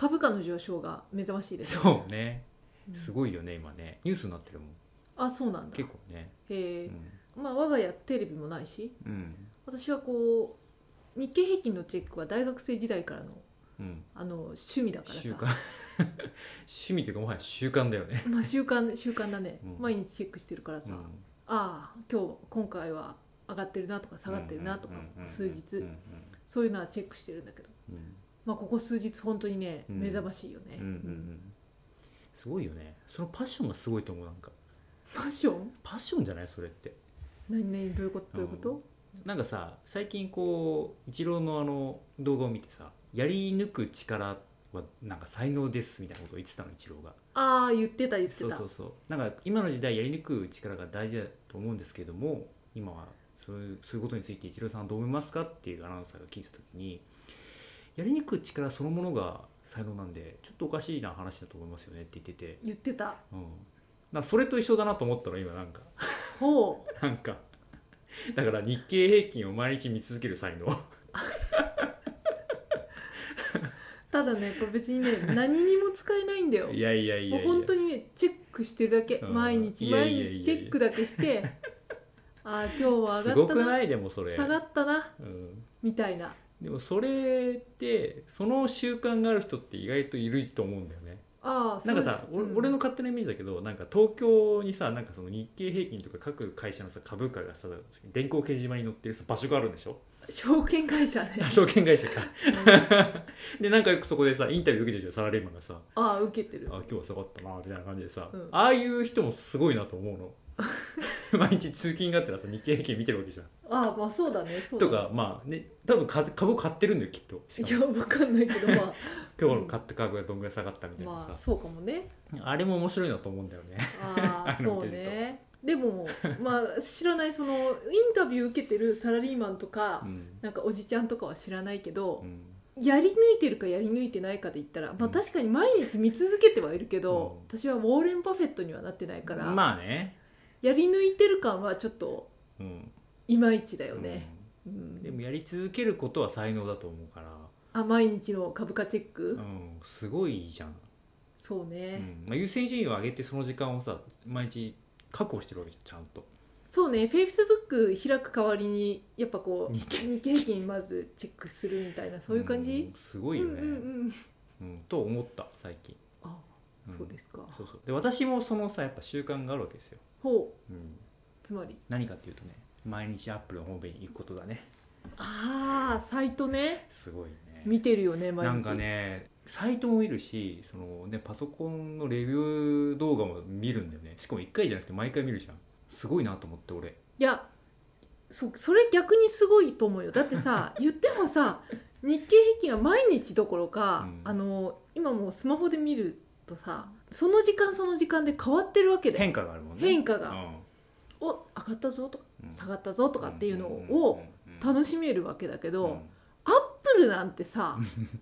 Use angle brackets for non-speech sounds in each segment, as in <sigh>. ショーが目覚ましいですね、そうねうんすごいよね今ねニュースになってるもんあそうなんだへ結構ねうえ、ん、まあ我が家テレビもないしうん私はこう日経平均のチェックは大学生時代からのうん、あの趣味だからさ習慣趣味というかもはや習慣だよね、まあ習慣習慣だね、うん毎日チェックしてるからさ、うんああ今日今回は上がってるなとか下がってるなとかうんうんうんうん数日、うんそういうのはチェックしてるんだけどうんうんまあここ数日本当にね、うん目覚ましいよね、うんうんうんすごいよねそのパッションがすごいと思うなんかファッションパッションじゃないそれって何何どういうことどういうこと、なんかさ最近こう一郎のあの動画を見てさやり抜く力はなんか才能ですみたいなことを言ってたの一郎がああ言ってた言ってたそうそうそうなんか今の時代やり抜く力が大事だと思うんですけども今はそういうそういうことについて一郎さんはどう思いますかっていうアナウンサーが聞いた時にやり抜く力そのものが才能なんでちょっとおかしいな話だと思いますよねって言ってて、言ってたうん、なんかそれと一緒だなと思ったの今なんか <laughs> ほうなんかだから日経平均を毎日見続ける才 <laughs> 能ただねこれ別に <laughs> ね何にも使えないんだよいやいやいやいやもう本当にねチェックしてるだけうん毎日いや毎いやいや日チェックだけして <laughs> ああ今日はす上ごがったくなないでもそれ下がったなうん、みたいなでもそれってその習慣がある人って意外といると思うんだよねああなんかさ、そうですおうん俺の勝手なイメージだけどなんか東京にさなんかその日経平均とか各会社のさ株価がさ電光掲示板に載ってるさ場所があるんでし <laughs> ょ証券会社 <laughs> ねあ証券会社かうんでなんかよくそこでさインタビュー受けてるじゃんサラリーマンがさああ受けて「ある今日は下がったな」みたいな感じでさ、うんああいう人もすごいなと思うの <laughs> 毎日通勤があったらさ日経平均見てるわけじゃんああまあそうだねそうだとねかまあね多分か株買ってるんだよきっとしいかやもわかんないけど <laughs> ま今日の買った株がどんぐらい下がったみあたいまあなさ、そうかもねあれも面白いなと思うんだよねああ <laughs> あのそうねでもまあ知らないそのインタビュー受けてるサラリーマンとか、うん、なんかおじちゃんとかは知らないけどう、んやり抜いてるかやり抜いてないかで言ったら、まあ、確かに毎日見続けてはいるけど、私はウォーレン・パフェットにはなってないから、まあね、やり抜いてる感はちょっとうんいまいちだよね、うんうんでもやり続けることは才能だと思うから、あ毎日の株価チェック、うん、すごいじゃん、そううね、んまあ、優先順位を上げてその時間をさ毎日確保してるわけじゃんちゃんとそうねフェイスブック開く代わりにやっぱこう日日経経平均まずチェックするみたいなそういう感じん、すごいよね、うんうんうんうんと思った最近あそうですか、そうそうで私もそのさやっぱ習慣があるわけですよ、ほううん、つまり何かっていうとね毎日アップルのホームページに行くことだねああサイトねすごいね見てるよね毎日なんかねサイトも見るしその、ね、パソコンのレビュー動画も見るんだよねしかも1回じゃなくて毎回見るじゃんすごいなと思って俺いやそそれ逆にすごいと思うよだって <laughs> さ言ってもさ日経平均は毎日どころか、うんあの今もうスマホで見るとさその時間その時間で変わってるわけで変化があるもんね変化化が、お上がったぞとかうん、下ががったぞとかっていうのを楽しめるわけだけど、うんアップルなんてさ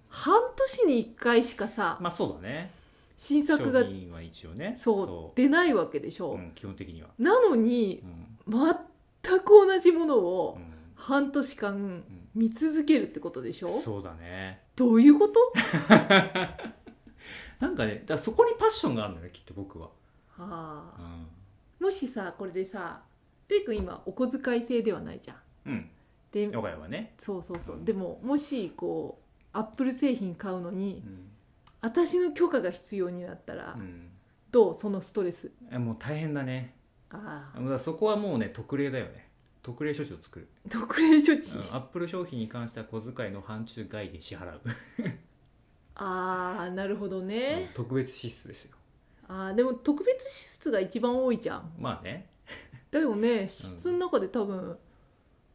半年に1回しかさまあそうだね新商作が品は一応ねそう出ないわけでしょ、うん、基本的には、なのにうん全く同じものうをん半年間見続けるってことでしょ、そうだねどういうことなんかねだからそこにパッションがあるんだよねきっと僕は、あうあんもしさこれでさペイ君今お小遣い制ではないじゃんうん、で我が家はね、そうそうそうでももしこうアップル製品買うのにうん私の許可が必要になったら、うんどうそのストレスえもう大変だねああだからそこはもうね特例だよね特例処置を作る、特例処置、 <laughs> うんアップル商品に関しては小遣いの範疇外で支払う、ああなるほどうんね、特別支出ですよああでも特別支出が一番多いじゃんまあねだよね支出の中で多分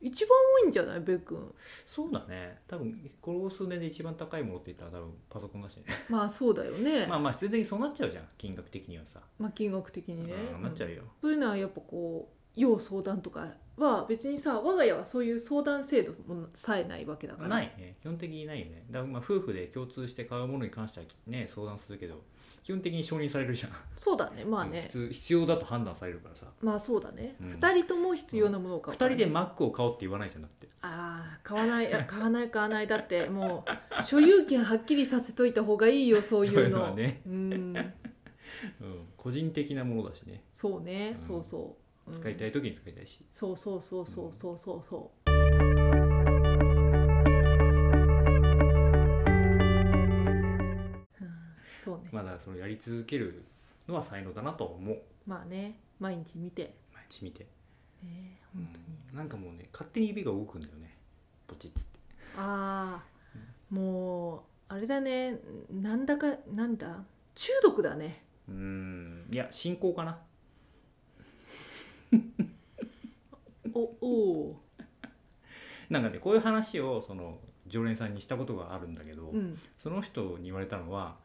一番多いんじゃないベイ君そうだね多分この数年で一番高いものって言ったら多分パソコンだしね <laughs> まあそうだよね、まあまあ必然的にそうなっちゃうじゃん金額的にはさ、まあ金額的にね、うんなっちゃうよ、そういうのはやっぱこう要相談とかは別にさ我が家はそういう相談制度もさえないわけだからないね基本的にないよねだからまあ夫婦で共通して買うものに関してはね相談するけど基本的に承認されるじゃんそうだねまあね必要必要だと判断されるからさまあそうだね、うん二人とも必要なものを買2うから人ね、でマックを買おうって言わないじゃんだってああ買わないいや買わない買わないだってもう所有権はっきりさせといた方がい <laughs> いよそういそういううののは <laughs> ねうんうん、個人的なものだしねそうね、うんそうそう、うん使いたい時に使いたいし、そうそうそうそうそうそうそううんそうねまあだからそのやり続けるのは才能だなとは思うまあね毎日見て毎日見て、ねうん本当に、なんかもうね勝手に指が動くんだよねポチッつってああもうあれだねなんだかなんだ中毒だねうーんいや進行かなおおなんかねこういう話をその常連さんにしたことがあるんだけど、ーうんその人に言われたのは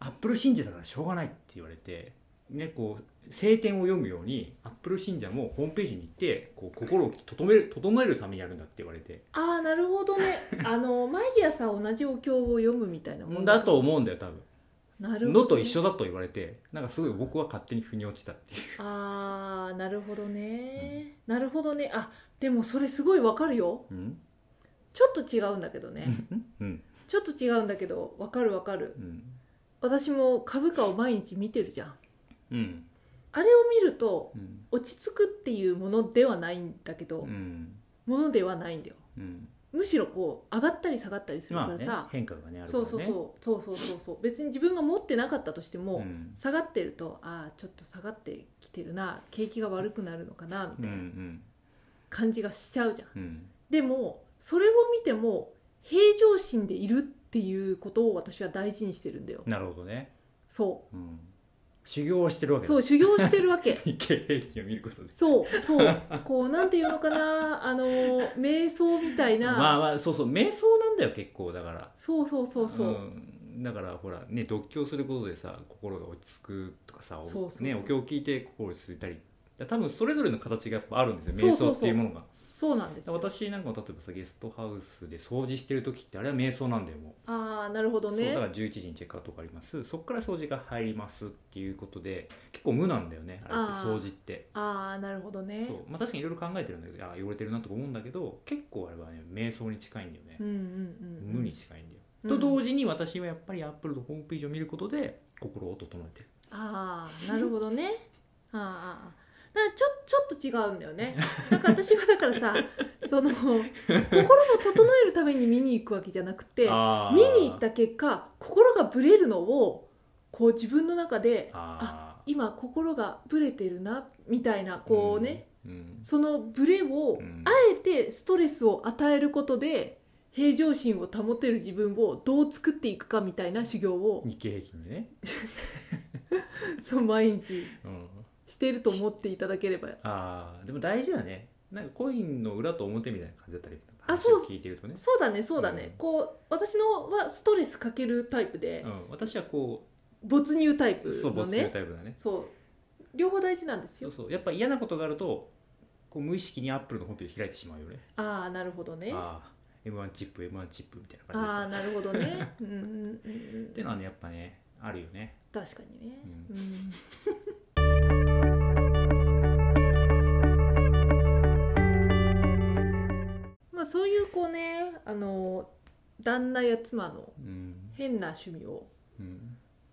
アップル信者だからしょうがないって言われて、ね、こう聖典を読むようにアップル信者もホームページに行ってこう心を整える整えるためにやるんだって言われてああなるほど <laughs> ねあの毎朝同じお経を読むみたいなもんだと思うんだよ多分なるほど、のと一緒だと言われてなんかすごい僕は勝手に腑に落ちたっていうああなるほどね、なるほどねあでもそれすごいわかるようんちょっと違うんだけどねうんちょっと違うんだけどわかるわかるうん私も株価を毎日見てるじゃんうんあれを見るとうん落ち着くっていうものではないんだけど、うんものではないんだようんむしろこう上がったり下がったりするかまあらねさ、変化がねあるからそねうそうそうそうそうそうそう別に自分が持ってなかったとしても、ん下がってるとああちょっと下がってきてるな景気が悪くなるのかなうみたいなん感じがしちゃうじゃん、うんうんでもそれを見ても平常心でいるっていうことを私は大事にしてるんだよなるほどね、そうん、修行をしてるわうけ <laughs> そうう修行してるわけ日経平均を見ることでそうそうこうなんていうのかなあの瞑想みたいな、 <laughs> まあまあそうそう瞑想なんだよ結構だからそうそうそうそう、ん、だからほらね読経することでさ心が落ち着くとかさおそうそうそうね、お経を聞いて心落ち着いたりだから多分それぞれの形がやっぱあるんですそよう瞑そ想うっそてういうものがそうなんですだよから私なんかも例えばさゲストハウスで掃除してる時ってあれは瞑想なんだよもああなるほどう,、そうだねから11時にチェックアウトがありますそこから掃除が入りますっていうことで結構無なんだよねあれってあー掃除ってああなるほどねそう、まあ、確かにいろいろ考えてるんだけどあー汚れてるなとか思うんだけど結構あれはね瞑想に近いんだよねうんうんうん無に近いんだよ、うんと同時に私はやっぱりアップルのホームページを見ることで心を整えてるああなるほど <laughs> ねああああだからちょちょっと違うんだよねなんか私はだから <laughs> さその心を整えるために見に行くわけじゃなくて見に行った結果心がブレるのをこう自分の中であ今心がブレてるなみたいなこうね、、うんうんそのブレをうんあえてストレスを与えることで平常心を保てる自分をどう作っていくかみたいな修行を日経平均でね、その毎日うん、してると思っていただければああでも大事だねなんかコインの裏と表みたいな感じだったりあそう話を聞いてるとねそうだねそうだね、うんこう私のはストレスかけるタイプでう、ん、私はこ没入タイプうそうボのスいうねタイプだねそう両方大事なんですそようそうやっぱ嫌なことがあるとこう無意識にアップルのホームページ開いてしまうよねああなるほどねあああ M1 チップ M1 チップみたいなあ感じーなでさるほどねうんうんうんうん <laughs> っていうのはねやっぱねあるよね確かにね、ううんまあそういうこうねあの旦那や妻のうん、変な趣味をうん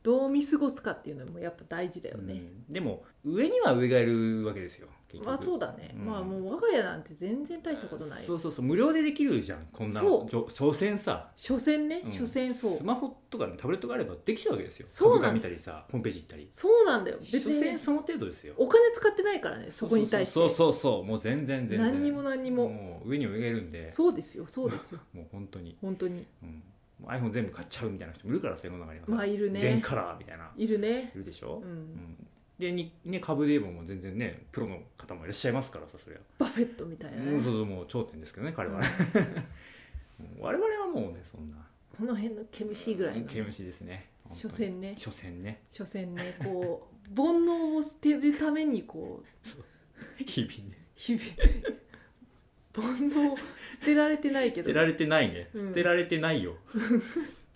どう見過ごすかっていうのもやっぱ大事だよね、うんでも上には上がいるわけですよ結局まあそうだね、うんまあもう我が家なんて全然大したことないそうそうそう無料でできるじゃんこんなそのうじょ所詮さ、所詮ね、うん所詮そうスマホとか、ね、タブレットがあればできちゃうわけですよそうななん見だたりさホームページ行ったりそうなんだよ別所に詮ねその程度ですよお金使ってないからねそこに対してそうそうそうそうもう全然全然何にも何にももう上には上がいるんでそうですよそうですよもう本当に、本当にうん、もう iPhone 全部買っちゃうみたいな人もいるからさ世の中にはさまあいるね全カラーみたいないるねいるでしょう、うんでにね株で言えばもう全然ねプロの方もいらっしゃいますからさそりゃバフェットみたいなね、うんそうそうもう頂点ですけどね彼はね、うん我々はもうねそんなこの辺の毛虫ぐらいの毛虫ですね本当に所詮ね所詮 <laughs> ね所詮ねこう煩悩を捨てるためにこう日々ね日々煩悩捨てられてないけど捨てられてないねうん捨てられてないよ <laughs>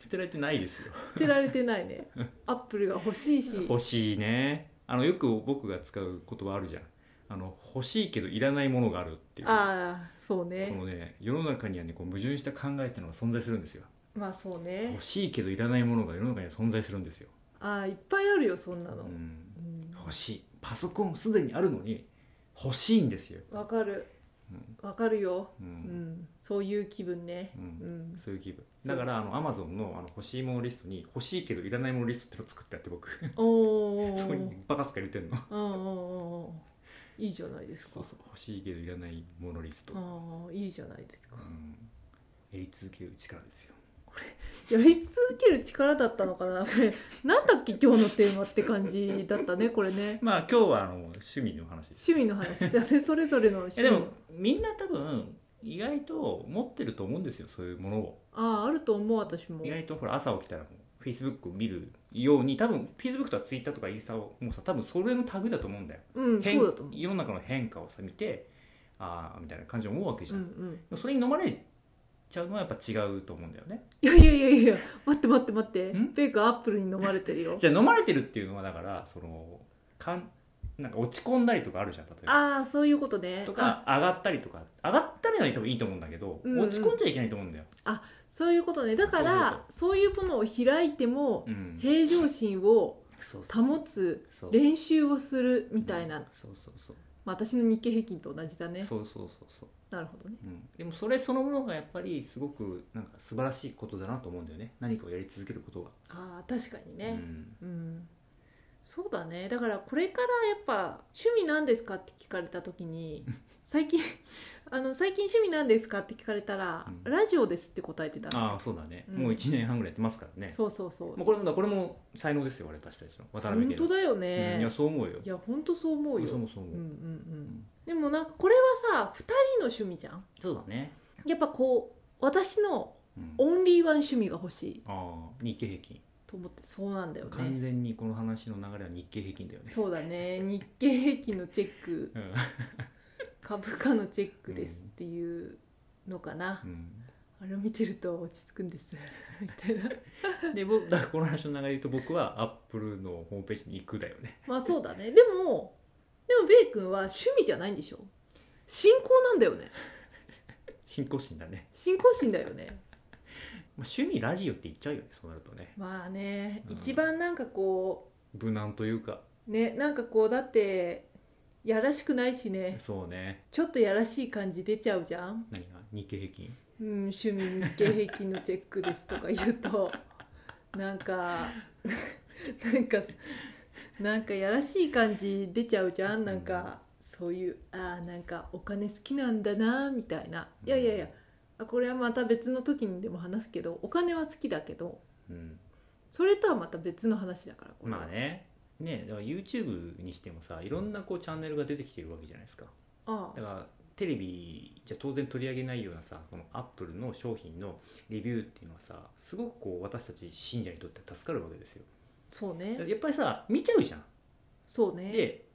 捨てられてないですよ捨てられてないねアップルが欲しいし欲しいねあのよく僕が使う言葉あるじゃんあの欲しいけどいらないものがあるっていうああそうこねのね世の中にはねこう矛盾した考えっていうのが存在するんですよまあそうね欲しいけどいらないものが世の中には存在するんですよ、ああいっぱいあるよそんなうのん、うん欲しいパソコンすでにあるのに欲しいんですよ、わかるうんわかるよううんんそういう気分ねううんんそういう気分そうだからあのアマゾンのあの欲しいものリストに欲しいけどいらないものリストってのを作ってあって僕おーおそこーにバカすか入れてんの <laughs> おーうんうんうんうんいいじゃないですかそうそう欲しいけどいらないものリスト、ああいいじゃないですかうんやり続ける力ですよやり続ける力だったのかな <laughs> なんだっけ今日のテーマって感じだったねこれねまあ今日はあの趣味の話です趣味の話だねそれぞれの趣え味でもみんな多分意外と持ってると思うんですよそういうものをあああると思う私も意外とほら朝起きたらもう Facebook を見るように多分 Facebook とか Twitter とかインスタをもうさ多分それのタグだと思うんだようん変そうだと思う世の中の変化をさ見てああみたいな感じで思うわけじうゃ、んうんんでもそれに飲まれちゃうのはやっぱ違うと思うんだよねいやいやいやいや待って待って待ってんベイカーアップルに飲まれてるよじゃあ飲まれてるっていうのはだからそのかんなんか落ち込んだりとかあるじゃん例えばああそういうことねとあか上がったりとか上がったりはいいと思うんだけど、うんうん落ち込んじゃいけないと思うんだよ、そういうことねだからそういうものを開いてもうん、平常心をそうそう保つそう練習をするみたいな、うんそうそうそうまあ、私の日経平均と同じだねそうそうそうそう、なるほどねうん、でもそれそのものがやっぱりすごくなんか素晴らしいことだなと思うんだよね何かをやり続けることがああ確かにね、うんうん、そうだねだからこれからやっぱ「趣味なんですか?」って聞かれた時 <laughs> に最近あの「最近趣味なんですか?」って聞かれたら「うんラジオです」って答えてたのああそうだね、うんもう1年半ぐらいやってますからねそうそうそうもうこれもこれも才能ですよ私たちの渡辺本家の当だようんね、いいやそう思うよや本当そう思うよそうもそううんう思う、んうんんでもなんかこれはさ2人の趣味じゃんそうだね、やっぱこう私のうん、オンリーワン趣味が欲しいああ日経平均と思ってそうなんだよ完ね全にこの話の流れは日経平均だよねそうだね日経平均のチェックうん株価のチェックですっていうのかな、あれを見てると落ち着くんです <laughs> みたいなで僕だからこの話の流れで言うと僕はアップルのホームページに行くだよねまあそうだねでもでもベイ君は趣味じゃないんでしょ信仰なんだよね信仰心だね、信仰心だよねまあ、趣味ラジオって言っちゃうよねそうなるとねまあね、うん一番なんかこ無難というかうねなんかこうだってやらしくないしねそうねちょっとやらしい感じ出ちゃうじゃん、何が日経平均うん、趣味日経平均のチェックですとか言うと <laughs> なんか <laughs> なんかなんかやらしい感じ出ちゃうじゃんなんか、そういうあーなんかお金好きなんだなみたいないやいやいや、あこれはまた別の時にでも話すけどお金は好きだけどうんそれとはまた別の話だからこれはまあねねだから YouTube にしてもさいろんなこうチャンネルが出てきてるわけじゃないですかああだからテレビじゃ当然取り上げないようなさこのアップルの商品のレビューっていうのはさすごくこう私たち信者にとって助かるわけですよそうねやっぱりさ見ちゃうじゃんそうねで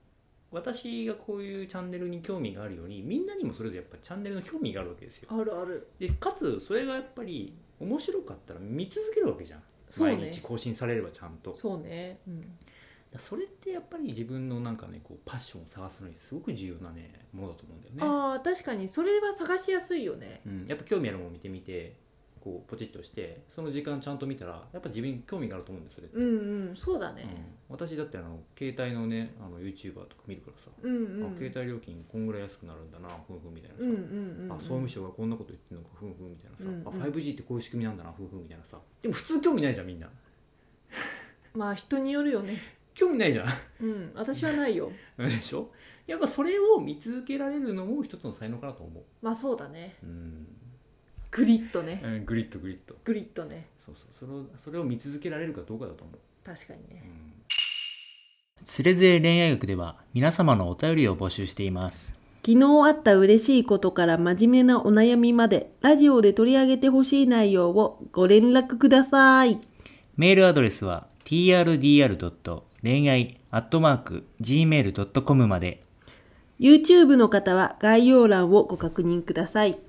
私がこういうチャンネルに興味があるようにみんなにもそれぞれやっぱチャンネルの興味があるわけですよあるあるでかつそれがやっぱり面白かったら見続けるわけじゃん、そう毎ね日更新されればちゃんとだかそうねうんらそれってやっぱり自分のなんかねこうパッションを探すのにすごく重要なねものだと思うんだよね、ああ確かにそれは探しやすいよねうん、やっぱ興味あるものを見てみてこうポチッとしてその時間ちゃんと見たらやっぱ自分に興味があると思うんですそれって、うんうんそうだうんね、私だってあの携帯のねあの YouTuber とか見るからさ、うんうんあ携帯料金こんぐらい安くなるんだなふんふんみたいなさ、うんうんうんあ総務省がこんなこと言ってるのかふんふんみたいなさ、うんうんあ 5G ってこういう仕組みなんだなふんふんみたいなさでも普通興味ないじゃんみんなまあ人によるよね興味ないじゃん <laughs> うん私はないよでしょやっぱそれを見続けられるのも一つの才能かなと思うまあそうだねうん、グリッドねうん、グリッドグリッドグリッドねそうそうそれをそれを見続けられるかどうかだと思う確かにねつれづれ恋愛学では皆様のお便りを募集しています昨日あった嬉しいことから真面目なお悩みまでラジオで取り上げてほしい内容をご連絡くださいメールアドレスは trdr. 恋愛 .gmail.com まで YouTube の方は概要欄をご確認ください。